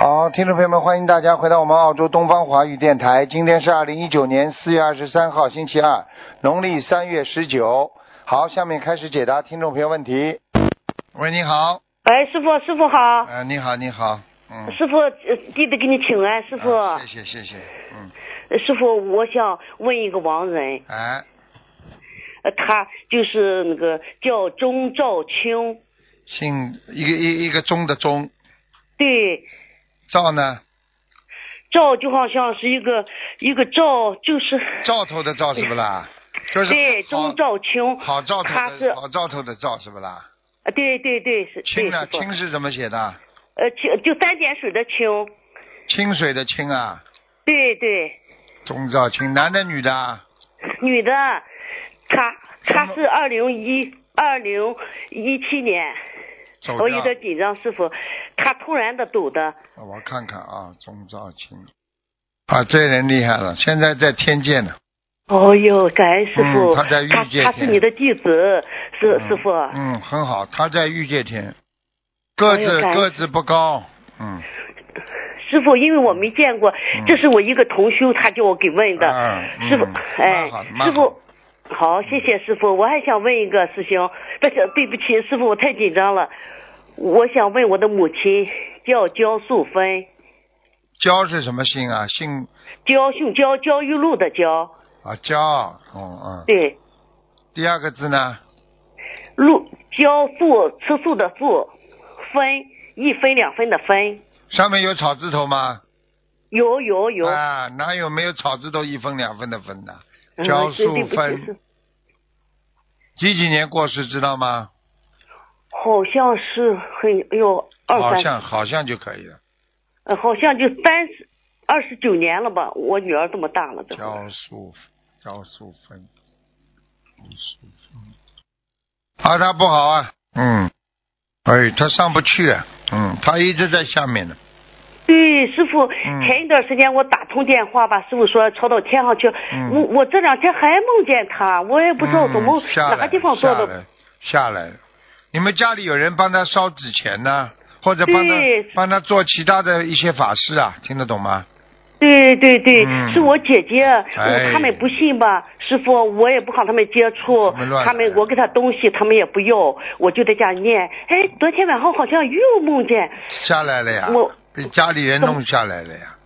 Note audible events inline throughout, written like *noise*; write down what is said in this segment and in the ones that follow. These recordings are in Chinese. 好，听众朋友们，欢迎大家回到我们澳洲东方华语电台。今天是二零一九年四月二十三号，星期二，农历三月十九。好，下面开始解答听众朋友问题。喂，你好，哎，师傅，师傅好，呃，你好，你好，嗯，师傅，呃弟子给你请安，师傅，呃啊谢谢，谢谢，嗯，师傅，我想问一个亡人，哎，呃，他就是那个叫钟兆清，姓一个一一个钟的钟，对，赵呢，兆就好像是一个一个兆，就是兆头的兆是不啦？就是对好钟兆清，好兆头他的是好兆头的兆是不啦？呃对对对是，清对呢师，傅，清是怎么写的？呃清就三点水的清，清水的清啊，对对，钟兆清，男的女的啊？女的，她她什是二零一二零一七年，走我掉有点紧张，师傅，她突然的走的。我看看啊，钟兆清啊，这人厉害了，现在在天界呢。哦呦，感恩师傅、嗯他在欲他界他天是你的弟子，师、嗯师傅。嗯，很好，他在欲界天，个啊哎子呦感恩个子不高，嗯，师傅，因为我没见过，这是我一个同修，他叫我给问的。啊嗯师傅，蛮哎好的，蛮好师傅，好，谢谢师傅。我还想问一个师兄，不是，对不起，师傅，我太紧张了。我想问我的母亲叫焦素芬，焦是什么姓啊？姓焦姓焦，焦裕禄的焦，啊焦，嗯嗯。对，第二个字呢？禄焦素吃素的素，分一分两分的分，上面有草字头吗？有有有。啊，哪有没有草字头一分两分的分的？嗯焦是对素不起芬是几几年过世知道吗？好像是很，哎呦，二好三，像好像就可以了。呃好像就三十二十九年了吧？我女儿这么大了，都焦素焦素芬，焦素芬，啊，他不好啊，嗯，哎，他上不去、啊，嗯，他一直在下面呢，对，师傅，嗯前一段时间我打通电话吧，师傅说抄到天上去，嗯我我这两天还梦见他，我也不知道怎么、嗯下哪来个地方做下的，来下来了。你们家里有人帮他烧纸钱呢、或者帮他对帮他做其他的一些法事啊，听得懂吗？对对对，嗯是我姐姐，哎我他们不信吧，师傅，我也不和他们接触他们乱，来他们我给他东西，他们也不要，我就在家念，哎，昨天晚上好像又梦见，下来了呀我，被家里人弄下来了呀。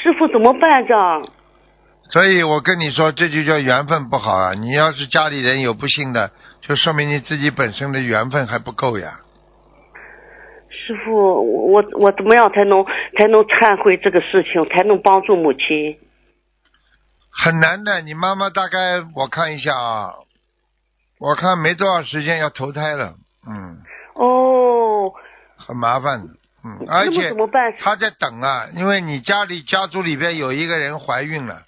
师傅怎么办着？所以我跟你说，这就叫缘分不好啊！你要是家里人有不幸的，就说明你自己本身的缘分还不够呀。师傅，我我我怎么样才能才能忏悔这个事情，才能帮助母亲？很难的，你妈妈大概我看一下啊，我看没多少时间要投胎了，嗯，哦，很麻烦的，嗯，那而么且怎么办？她在等啊，因为你家里家族里边有一个人怀孕了，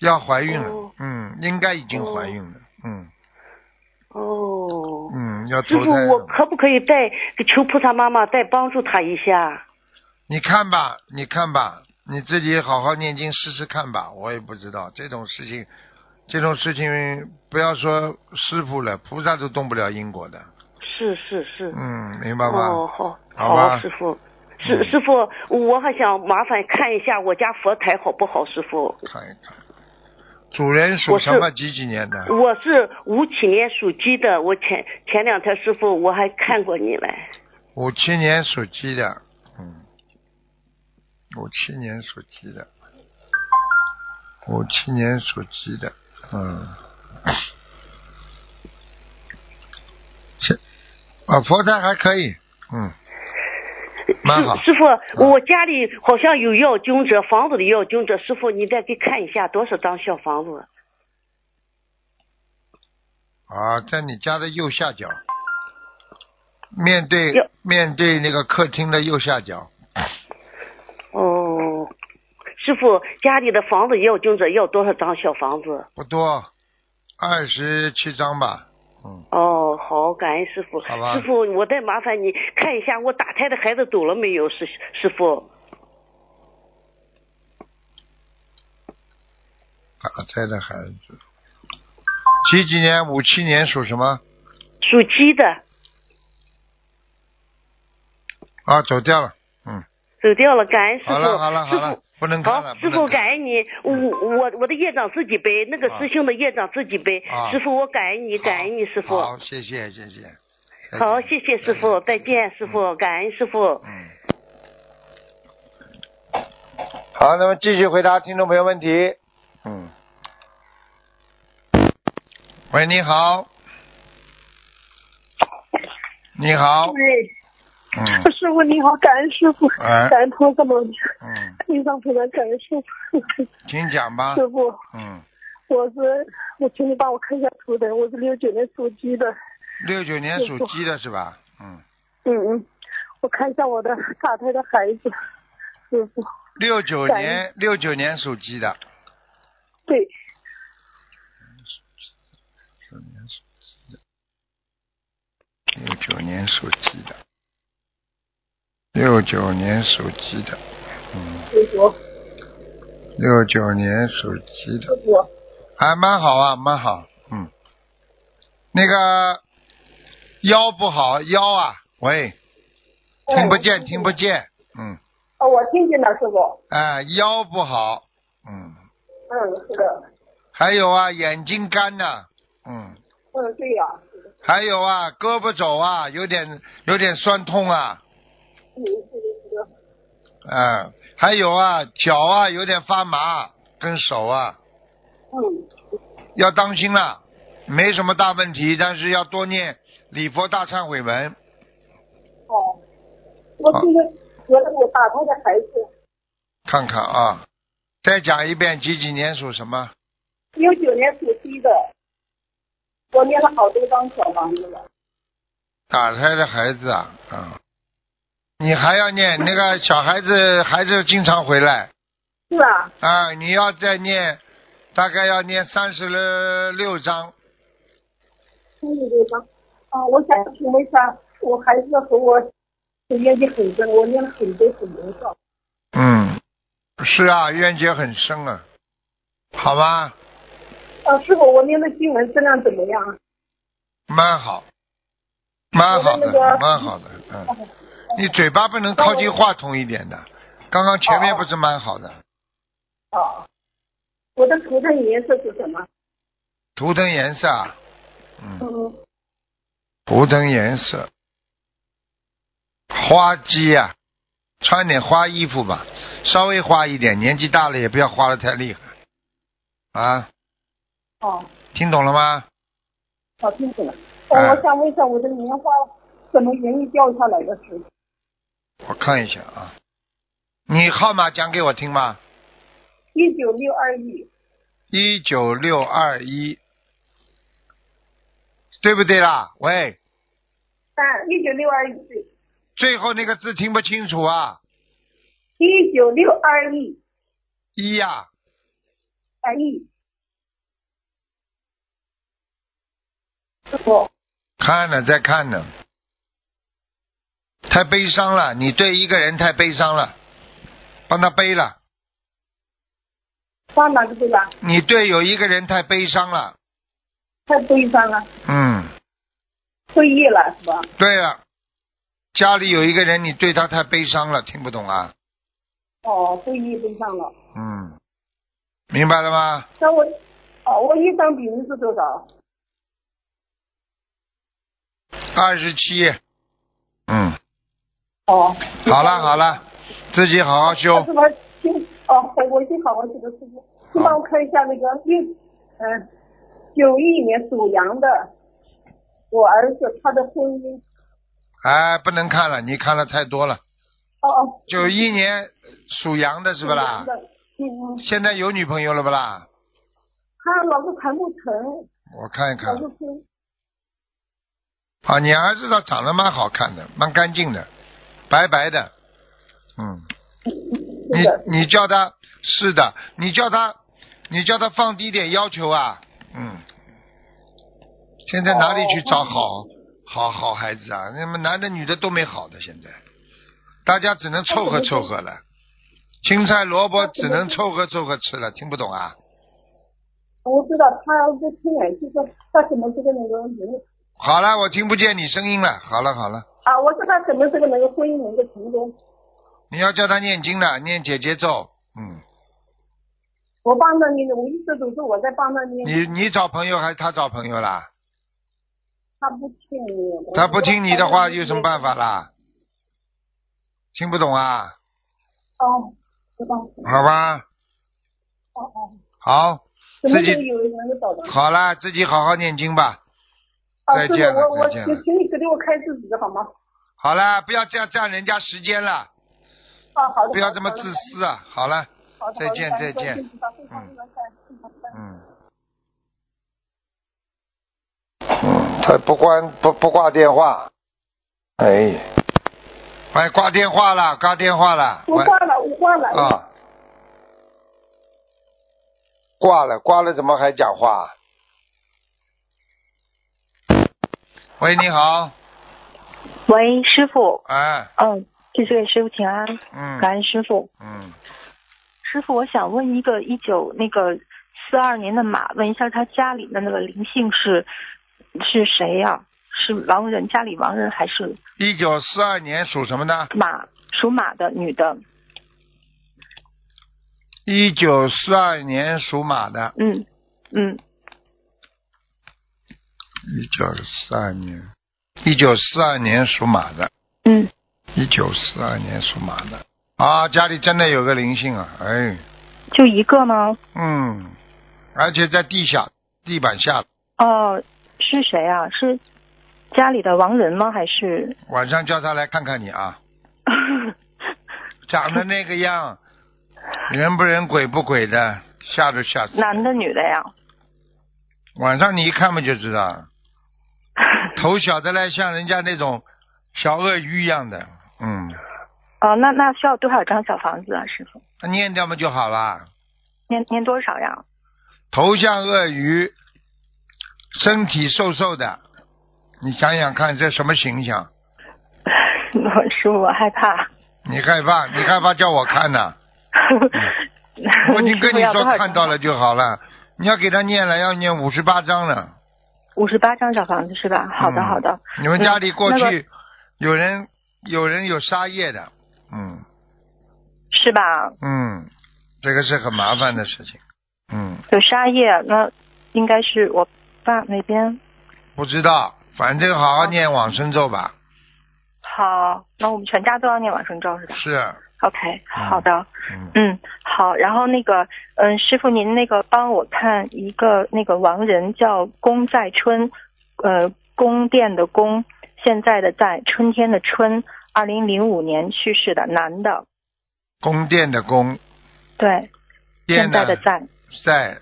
要怀孕了，哦嗯，应该已经怀孕了，嗯哦，嗯，要师投傅，胎我了。可不可以再求菩萨妈妈再帮助她一下？你看吧，你看吧，你自己好好念经试试看吧。我也不知道这种事情，这种事情不要说师傅了，菩萨都动不了因果的。是是是，嗯，明白吗？哦，好，好吧嗯师傅。师师傅，我还想麻烦看一下我家佛台好不好，师傅？看一看，主人属我是什么？几几年的？我是五七年属鸡的，我前前两天师傅我还看过你来。五七年属鸡的，嗯，五七年属鸡的，五七年属鸡的，嗯，这啊佛台还可以，嗯，蛮好嗯师师傅，我家里好像有要经者，房子里要经者，师傅你再给看一下多少张小房子？啊，在你家的右下角，面对右面对那个客厅的右下角，哦，师傅家里的房子要经者要多少张小房子？不多，二十七张吧，嗯，哦，好，感恩师傅。好吧师傅，我再麻烦你看一下我打胎的孩子走了没有，师师傅？打胎的啊孩子，几几年？五七年属什么？属鸡的，啊，走掉了。嗯，走掉了，感恩师傅。好了好了好了师父，不能看了好，不师能傅看嗯感恩你，我我我的业障自己背，那个啊师兄的业障自己背。啊师傅，我感恩你，好感恩你，师傅。好，谢谢谢谢。再见好，谢谢师傅，再见，师。傅，感恩师傅。嗯。好，那么继续回答听众朋友问题。嗯。喂，你好。你好。喂，嗯师傅你好，感恩师傅，哎感恩菩萨们，嗯，地上菩萨，感恩师傅。请讲吧。师傅，嗯，我是我请你帮我看一下图腾，我是六九年属鸡的，六九年属鸡的是吧？嗯，嗯嗯，我看一下我的打胎的孩子，师傅，六九年六九年属鸡的。对，六九年属鸡的，六九年属鸡的，嗯，师傅，六九年属鸡的，师傅，还蛮好啊，蛮好，嗯，那个腰不好，腰啊，喂，听不见，听不见，嗯，哦，我听见了，师傅，哎，腰不好，嗯，嗯，是的，还有啊，眼睛干呐、嗯，嗯，对呀、还有啊，胳膊肘啊，有点有点酸痛啊，嗯，是的，是的，啊、还有啊，脚啊有点发麻，跟手啊嗯，要当心了，没什么大问题，但是要多念礼佛大忏悔文。哦，我这个和我打胎的孩子，看看啊，再讲一遍几几年属什么？六九年属鸡的，我念了好多张小房子了。打胎的孩子啊，啊、你还要念那个小孩子，孩子经常回来是啊，啊，你要再念，大概要念三十六章。听你这张。啊，我想请问一下，我孩子和我业绩很深，我念了很多很多章。嗯，是啊，冤结很深啊，好吗？啊，师傅，我念的经文质量怎么样啊？蛮好，蛮好的，我的那个蛮好的，嗯，你嘴巴不能靠近话筒一点的，刚刚前面不是蛮好的，啊，我的图腾颜色是什么？图腾颜色，啊，嗯，嗯，图腾颜色，花鸡呀、穿点花衣服吧，稍微花一点，年纪大了也不要花的太厉害，啊，哦，听懂了吗？好清楚了。哦，哎我想问一下，我的莲花什么原因掉下来的事？我看一下啊，你号码讲给我听吧，一九六二一，一九六二一，对不对啦？喂，三一九六二一，最后那个字听不清楚啊，一九六二一，一呀、哎，师傅，看了再看呢，太悲伤了，你对一个人太悲伤了，帮他背了，放哪个地方？你对有一个人太悲伤了，太悲伤了，嗯，退役了是吧？对了，家里有一个人你对他太悲伤了，听不懂啊，哦，退役悲伤了。嗯，明白了吗？那我，哦，我一张比例是多少？二十七，嗯，哦，好了好了，自己好好修 *laughs* 那。是吧？行，哦，我先好好写个师傅，你帮我看一下那个六，嗯，九一年属羊的，我儿子他的婚姻，哎，不能看了，你看了太多了。哦哦，九一年属羊的是不啦 *laughs* 属羊？的嗯嗯，现在有女朋友了不啦？他老是谈不成，我看一看老是分啊，你儿子倒长得蛮好看的，蛮干净的，白白的。嗯，是的，你你叫他是的，你叫他你叫他放低点要求啊。嗯，现在哪里去找哦好好好孩子啊？那么男的女的都没好的，现在大家只能凑合凑合了。青菜萝卜只能凑合凑合吃了，听不懂啊？我知道他儿子听眼就是他怎么这个那个能好了，我听不见你声音了。好了好了，啊，我知道怎么这个那个婚姻能够成功。你要叫他念经的，念姐姐咒。嗯，我帮着你，我一直都是我在帮着你。你你找朋友还是他找朋友啦？他不听你。他不听你的话，有什么办法？啦？听不懂啊？哦，知道。好吧，哦哦。好，什么自己时候有人能找到？好啦，自己好好念经吧。啊，再师傅，见了我我再见了请请你给我开智子好吗？好啦，不要这样占人家时间了，啊，好的。不要好的这么好的自私啊！好了，好的再见好再的见非常非常非常非常非常嗯。嗯，他不关不不挂电话，哎，哎，挂电话了，挂电话了，我挂了，我挂了。喂啊，挂了挂了，怎么还讲话？喂，你好，喂，师傅，哎，嗯，弟子给师傅请安，感嗯恩师傅。嗯，师傅，我想问一个一九那个四二年的马，问一下他家里的那个灵性是是谁呀、是亡人，家里亡人还是一九四二年属什么的？马？属马的女的，一九四二年属马的，嗯嗯，一九四二年，一九四二年属马的，嗯，一九四二年属马的。啊，家里真的有个灵性啊，哎，就一个吗？嗯，而且在地下，地板下，哦、是谁啊？是家里的亡人吗？还是？ *laughs* 晚上叫他来看看你啊，长得那个 *laughs* 样，人不人鬼不鬼的，吓都吓死。男的女的呀？晚上你一看嘛就知 *laughs* 道，头小的嘞，像人家那种小鳄鱼一样的，嗯，哦，那那需要多少张小房子啊，师傅？念掉嘛就好啦。念念多少呀？头像鳄鱼，身体瘦瘦的，你想想看这什么形象？ *laughs* 我师傅，我害怕。你害怕？你害怕叫我看 *laughs* 呐、 *laughs* 我已经嗯跟你说看到了就好了。你要给他念了，要念五十八章了。五十八张小房子是吧？好的，嗯好的。你们家里过那去个有人有人有杀业的，嗯是吧？嗯，这个是很麻烦的事情。嗯，有沙叶，那应该是我爸那边。不知道，反正好好念往生咒吧。好，那我们全家都要念往生咒是吧是， ？OK，好的，嗯，嗯，好。然后那个，嗯，师傅您那个帮我看一个那个亡人叫龚在春，呃，宫殿的宫，现在的在，春天的春，二零零五年去世的男的，宫殿的宫，对，殿现在的的在，在，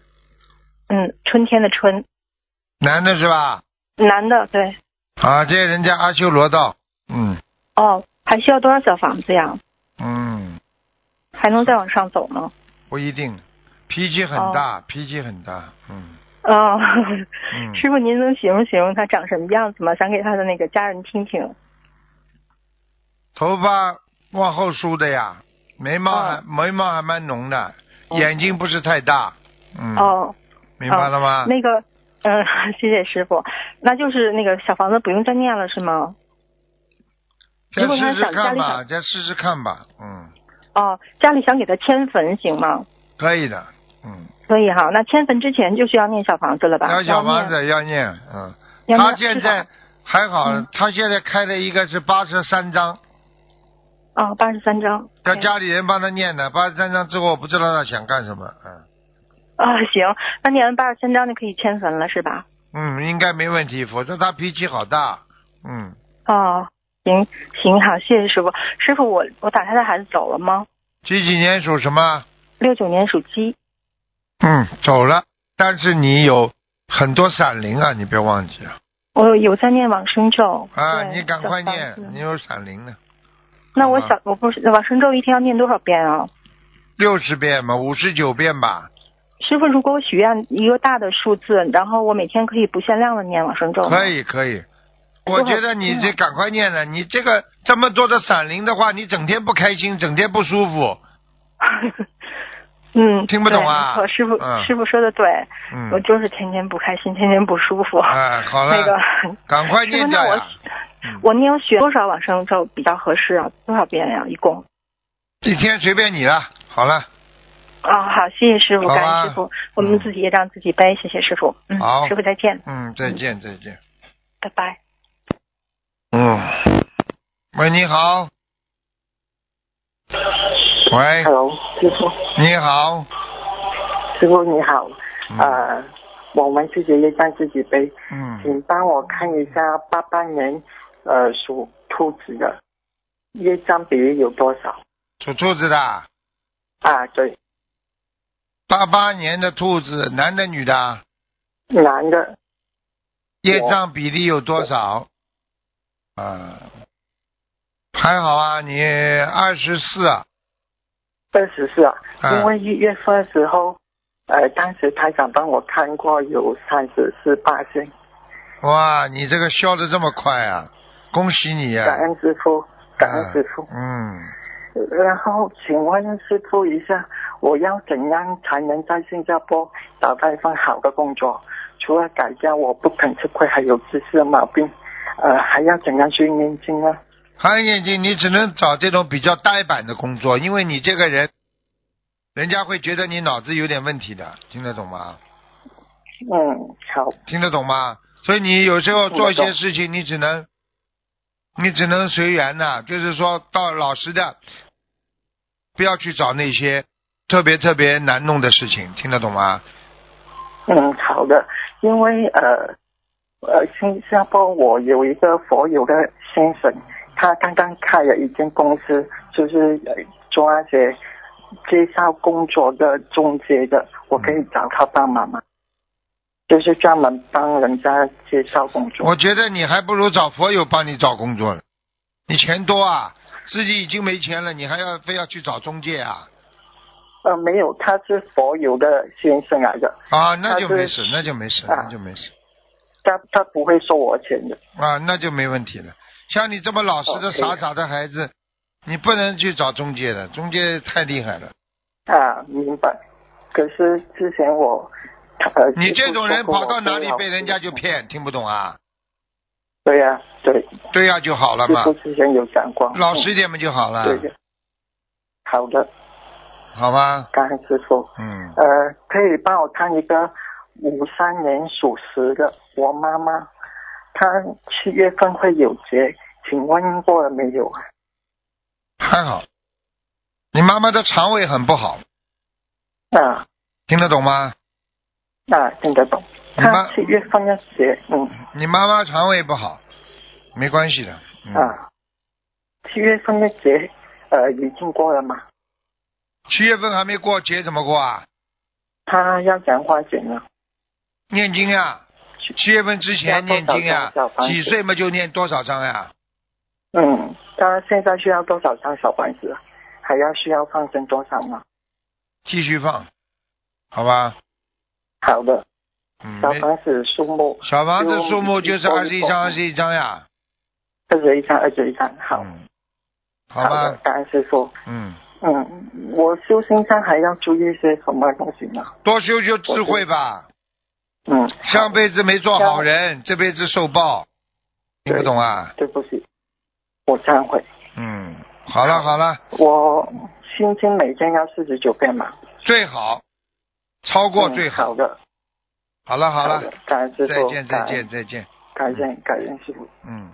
嗯，春天的春，男的是吧？男的对。啊，这人家阿修罗道，嗯哦，还需要多少小房子呀？嗯，还能再往上走吗？不一定，脾气很大，脾气很大，嗯哦，嗯， *laughs* 师傅，您能形容形容他长什么样子吗？想给他的那个家人听听。头发往后梳的呀，眉毛还、哦眉毛还蛮浓的，嗯眼睛不是太大，嗯，啊哦，明白了吗？那个，嗯， *laughs* 谢谢师傅。那就是那个小房子不用再念了是吗？再如果他试试想家看里吧，想，再试试看吧，嗯，哦，家里想给他迁坟行吗？可以的，嗯，可以哈，那迁坟之前就需要念小房子了吧？要小房要子要念，嗯，念，要他念现至少在还好，嗯他现在开了一个是八十三章，哦，八十三章。要嗯家里人帮他念的，八十三章之后我不知道他想干什么，嗯。啊、行，那念完八十三章就可以迁坟了是吧？嗯，应该没问题，否则他脾气好大。嗯，哦，行行好，谢谢师傅。师傅，我我打胎的孩子走了吗？几几年属什么？六九年属鸡。嗯，走了，但是你有很多闪灵啊，你别忘记啊！我有有在念往生咒啊，对你赶快念小房，子你有嗯闪灵的，那我好吧想，我不是往生咒一天要念多少遍啊？六十遍嘛，五十九遍吧，师傅，如果我许愿一个大的数字，然后我每天可以不限量的念往生咒吗可。以可以。多我少觉得你遍这啊赶快念了，你这个这么多的闪灵的话，你整天不开心，整天不舒服。 *laughs* 嗯，听不懂啊对没错师傅，嗯师傅说的对，我嗯，就是天天不开心，天天不舒服。哎，好了，那个，赶快师傅，念掉那 *laughs* 我呀！嗯我念许多少往生咒比较合适啊？多少遍呀、一共？一天随便你了，好了，哦，好，谢谢师傅，好啊感恩师傅，我们自己也让自己背，谢谢师傅。嗯好，师傅再见，嗯，再见再见，拜拜。嗯，喂，你好，喂， Hello，师傅，你好，师傅你好，嗯呃，我们自己一张自己背，嗯，请帮我看一下八八年，呃，属兔子的，业障比例有多少？属兔子的，啊，对，八八年的兔子，男的女的，男的，业障比例有多少？啊，还好啊，你二十四，二十四啊，嗯因为一月份的时候，呃，当时台长帮我看过有三十四八星，哇，你这个消的这么快啊，恭喜你呀、啊感恩师傅，感恩师傅。嗯，呃然后，请问师傅一下，我要怎样才能在新加坡找到一份好的工作？除了改掉我不肯吃亏还有自私的毛病，呃，还要怎样去念经呢？韩眼睛，你只能找这种比较呆板的工作，因为你这个人，人家会觉得你脑子有点问题的，听得懂吗？嗯，好，听得懂吗？所以你有时候做一听些得懂事情，你只能，你只能随缘呐、就是说到老实的，不要去找那些特别特别难弄的事情，听得懂吗？嗯，好的，因为呃，呃，新加坡我有一个佛友的先生，他刚刚开了一间公司，就是呃做那些介绍工作的中介的，我可以找他帮忙吗？就是专门帮人家介绍工作。我觉得你还不如找佛友帮你找工作了，你钱多啊，自己已经没钱了，你还要非要去找中介啊？呃，没有，他是佛友的先生来的，啊，那就没事他，是那就没事，啊那就没事他他不会收我钱的。啊，那就没问题了。像你这么老实的、哦可以傻傻的孩子，你不能去找中介的，中介太厉害了。啊，明白。可是之前我，呃，你这种人师傅说跑到过哪里我被人家就骗，听不懂啊？对呀、对，对呀、就好了师嘛傅，之前有讲过。老啊实一点嘛就好嗯、了对，的。好的，好吧？感恩师傅。嗯，呃，可以帮我看一个五三年属实的我妈妈，她七月份会有结，请问过了没有啊？还好。你妈妈的肠胃很不好，啊听得懂吗？啊，听得懂。你妈她七月份要结，嗯你妈妈肠胃不好，没关系的。嗯、啊，七月份的结，呃，已经过了嘛？七月份还没过节，怎么过啊？她要讲话怎呢？念经呀，七月份之前念经呀要多少张小，房子几岁嘛就念多少章呀？嗯，她现在需要多少张小房子？还要需要放生多少吗？继续放，好吧？好的，嗯，小没房子数目小房子数目就是就二十一张，二十一张呀。二十一张，二十一张，好，嗯，好好的吧，，感恩师傅。嗯，嗯，我修心上还要注意些什么东西呢？多修修智慧吧。嗯，上辈子没做好人，这辈子受报，听不懂啊？对不起，我忏悔。嗯，好了好了，我心经每天要四十九遍嘛，最好，超过嗯最好好。的，好了好了的，，感恩师再傅，见感再见，恩再见，感恩感恩师傅。嗯。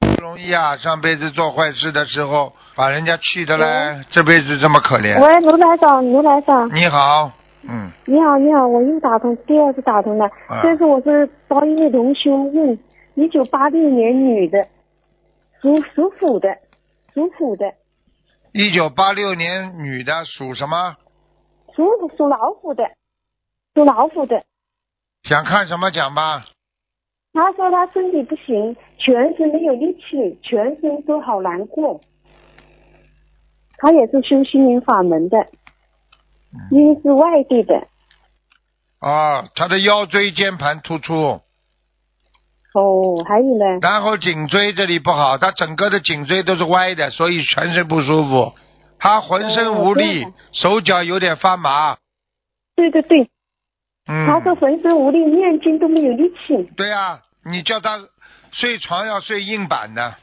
不容易啊！上辈子做坏事的时候，把人家气的嘞，这辈子这么可怜。喂，卢台长，卢台长，你好，嗯，你好，你好，我又打通，第二次打通了。啊这次我是包一位同修问，嗯一九八六年女的，属属虎的，属虎的，一九八六年女的，属什么？属属老虎的，属老虎的。想看什么讲吧？她说她身体不行，全身没有力气，全身都好难过。她也是修心灵法门的，嗯因为是外地的。啊，她的腰椎间盘突出，哦，还有呢，然后颈椎这里不好，她整个的颈椎都是歪的，所以全身不舒服。她浑身无力，哦这样手脚有点发麻。对对对，嗯，她说浑身无力，念经都没有力气。对啊，你叫他睡床要睡硬板的，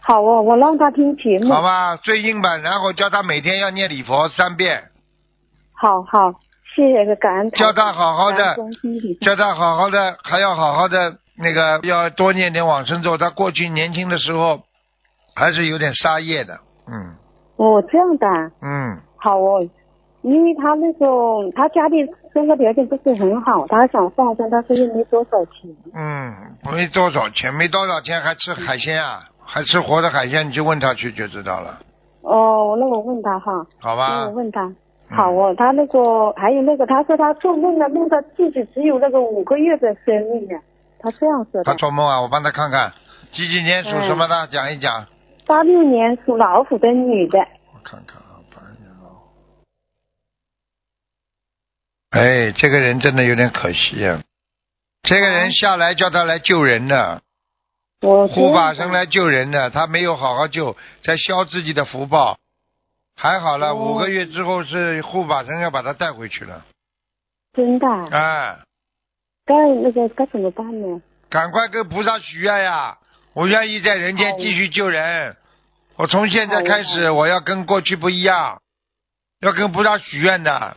好哦，我让他听节嗯目。好吧，最硬吧，然后叫他每天要念礼佛三遍，好好，谢谢感恩台叫长。他好好感的恩，观世音菩萨叫他好好的，还要好好的那个，要多念点往生咒。他过去年轻的时候还是有点杀业的，嗯哦，这样的啊嗯，好哦，因为他那时候他家里生活条件不是很好，他想放生，但是又没多少钱。嗯，没多少钱，没多少钱还吃海鲜啊，还吃活的海鲜，你去问他去就知道了，哦，那我问他哈，好那吧我？问他。嗯好哦，他那个还有那个，他说他做梦了，梦到自己只有那个五个月的生命啊，他这样说他的。嗯做梦啊，我帮他看看，几几年属什么的，讲一讲，八六年属老虎的女的，我看看啊，白人哦。哎，这个人真的有点可惜啊，这个人下来叫他来救人的。我这护样法的神来救人的，他没有好好救，在消自己的福报。还好了，哦五个月之后是护法神要把他带回去了。真的啊，哎，该那个该怎么办呢？赶快跟菩萨许愿呀！我愿意在人间继续救人。我从现在开始，我要跟过去不一样，要跟菩萨许愿的。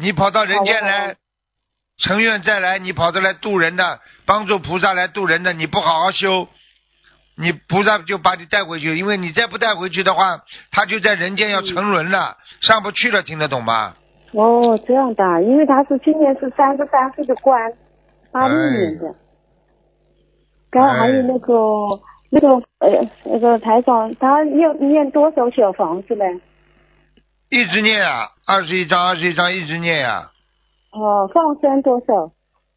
你跑到人间好的好来，成愿再来，你跑这来渡人的，帮助菩萨来渡人的，你不好好修，你菩萨就把你带回去，因为你再不带回去的话，他就在人间要沉沦了，上不去了，听得懂吗？哦，这样的啊，因为他是今年是三十三岁的官，八六年的。刚刚还有那个、那个呃那个台长，他要念多少小房子呢？一直念啊，二十一章，二十一章，一直念啊，哦，放生多少？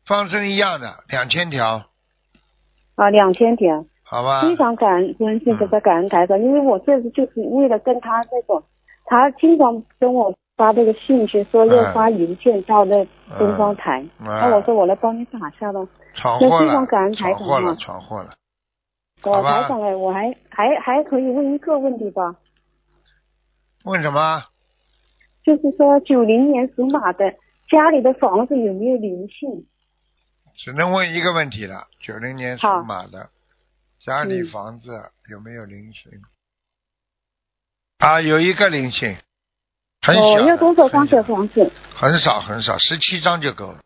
放生一样的，两千条，啊，两千条。好吧？非常感恩观世菩萨，感恩台长，因为我这次就是为了跟他那种，他经常跟我发那个信息说要发邮件到那东方台，嗯那、我说我来帮你打一下吧。闯祸那非了常感恩，台闯长祸了，啊闯祸了。好我吧台长哎，我还还还可以问一个问题吧，问什么？就是说九零年属马的家里的房子有没有灵性？只能问一个问题了。九零年属好马的，家里嗯房子有没有灵性？啊，有一个灵性，很小哦，的、要多少张很小小房子？很少很少，十七张就够了。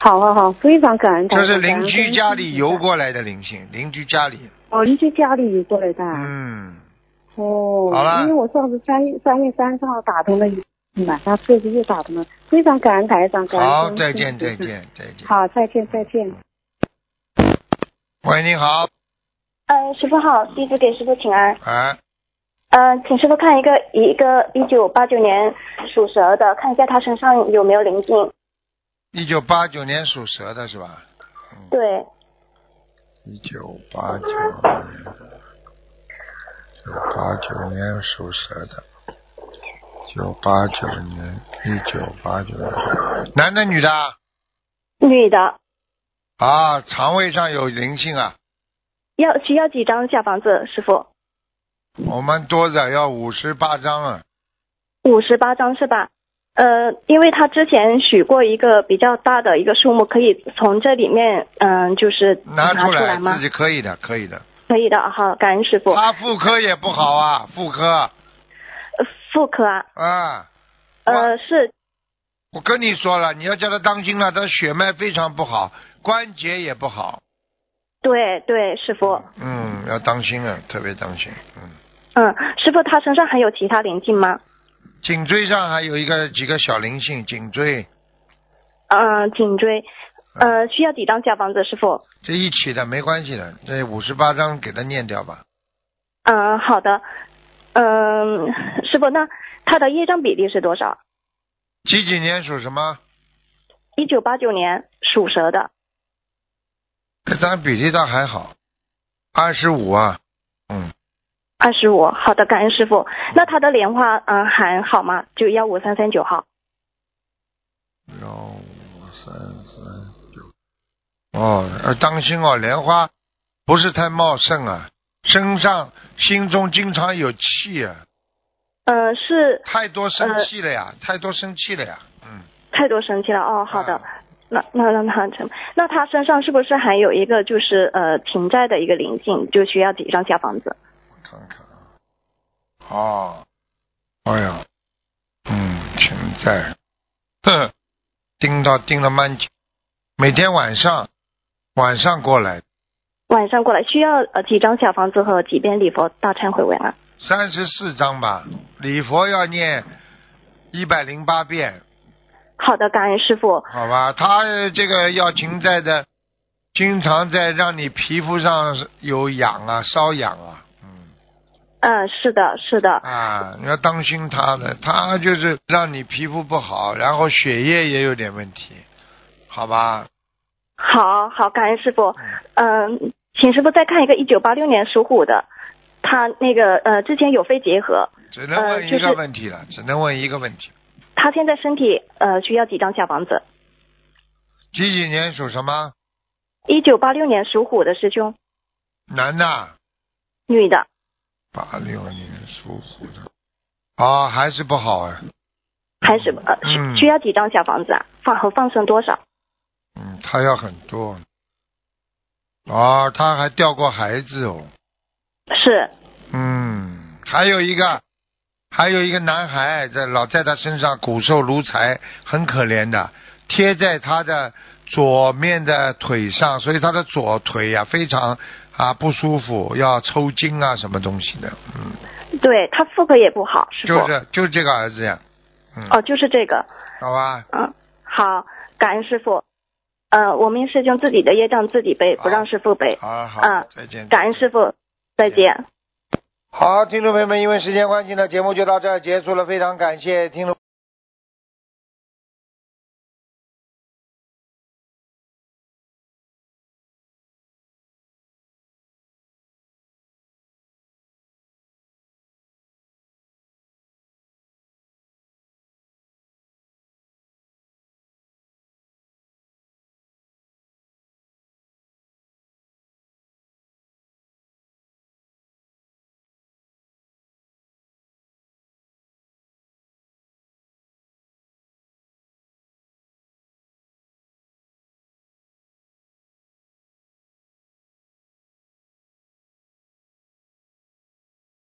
好好好，非常感恩台就长。是邻居家里游游，过来的灵性，邻居家里，哦，邻居家里游过来的啊。嗯，哦，好了因为我上次三月三月三十号打通了一嘛，那这次又打通了，非常感恩台长，感恩好，观世再音见，再菩萨。见，再见。好，再见，再见。喂，你好，嗯，师傅好，弟子给师傅请安。哎，嗯，请师傅看一个一个一九八九年属蛇的，看一下他身上有没有灵性。一九八九年属蛇的是吧？嗯对，一九八九年，九八九年属蛇的，九八九年，一九八九年，男的女的啊女的，啊，肠胃上有灵性啊，要需要几张小房子？师傅，我们多的要五十八张啊，五十八张是吧？呃，因为他之前许过一个比较大的一个数目，可以从这里面嗯、就是拿出来自吗？己可以的，可以的。可以的，好，感恩师傅。他妇科也不好啊，妇科呃妇科啊，啊，呃，是我跟你说了，你要叫他当心了，他血脉非常不好，关节也不好，对对，师傅，嗯，要当心啊，特别当心，嗯。嗯，师傅他身上还有其他灵性吗？颈椎上还有一个几个小灵性，颈椎嗯、颈椎，呃，需要几张小房子，师傅？这一起的没关系的，这五十八章给他念掉吧。嗯、好的，嗯、师傅，那他的业障比例是多少？几几年属什么？一九八九年属蛇的，这张比例倒还好，二十五啊，嗯，二十五。好的，感恩师傅。那他的莲花，嗯、还好吗？就幺五三三九号。幺五哦三三九。哦，要当心哦，莲花不是太茂盛啊，身上心中经常有气啊，嗯、是太多生气了呀，太多生气了呀，嗯，太多生气了哦。好的啊，那那那那成。那他身上是不是还有一个就是呃情债的一个灵性，就需要几张小房子？看看啊。哦，哎呀，嗯，现在，哼，盯到盯了蛮久，每天晚上晚上过来，晚上过来需要呃几张小房子和几遍礼佛大忏悔文啊？三十四章吧，礼佛要念一百零八遍，好的，感恩师傅。好吧？他呃这个要停在的，经常在让你皮肤上有痒啊、瘙痒啊，嗯嗯，是的，是的，啊，你要当心他了，他就是让你皮肤不好，然后血液也有点问题，好吧？好好，感恩师傅。嗯、请师傅再看一个一九八六年属虎的，他那个呃之前有肺结核，只能问一呃就个是问题了，只能问一个问题。他现在身体呃需要几张小房子？几几年属什么？一九八六年属虎的师兄，男的，女的，八六年属虎的，啊，还是不好啊。还是呃需嗯需要几张小房子啊？放和放生多少？嗯，他要很多。哦，他还掉过孩子哦。是嗯，还有一个，还有一个男孩在老在他身上骨瘦如柴，很可怜的，贴在他的左面的腿上，所以他的左腿呀、非常啊不舒服，要抽筋啊什么东西的。嗯，对他妇科也不好，师就傅。是就是这个儿子呀，嗯哦，就是这个，好吧，嗯，好，感恩师傅。呃，我们师兄自己的业障自己背，好不让师傅背。好好，嗯再见。感恩师傅，再见。好，听众朋友们，因为时间关系呢，节目就到这儿结束了。非常感谢听众。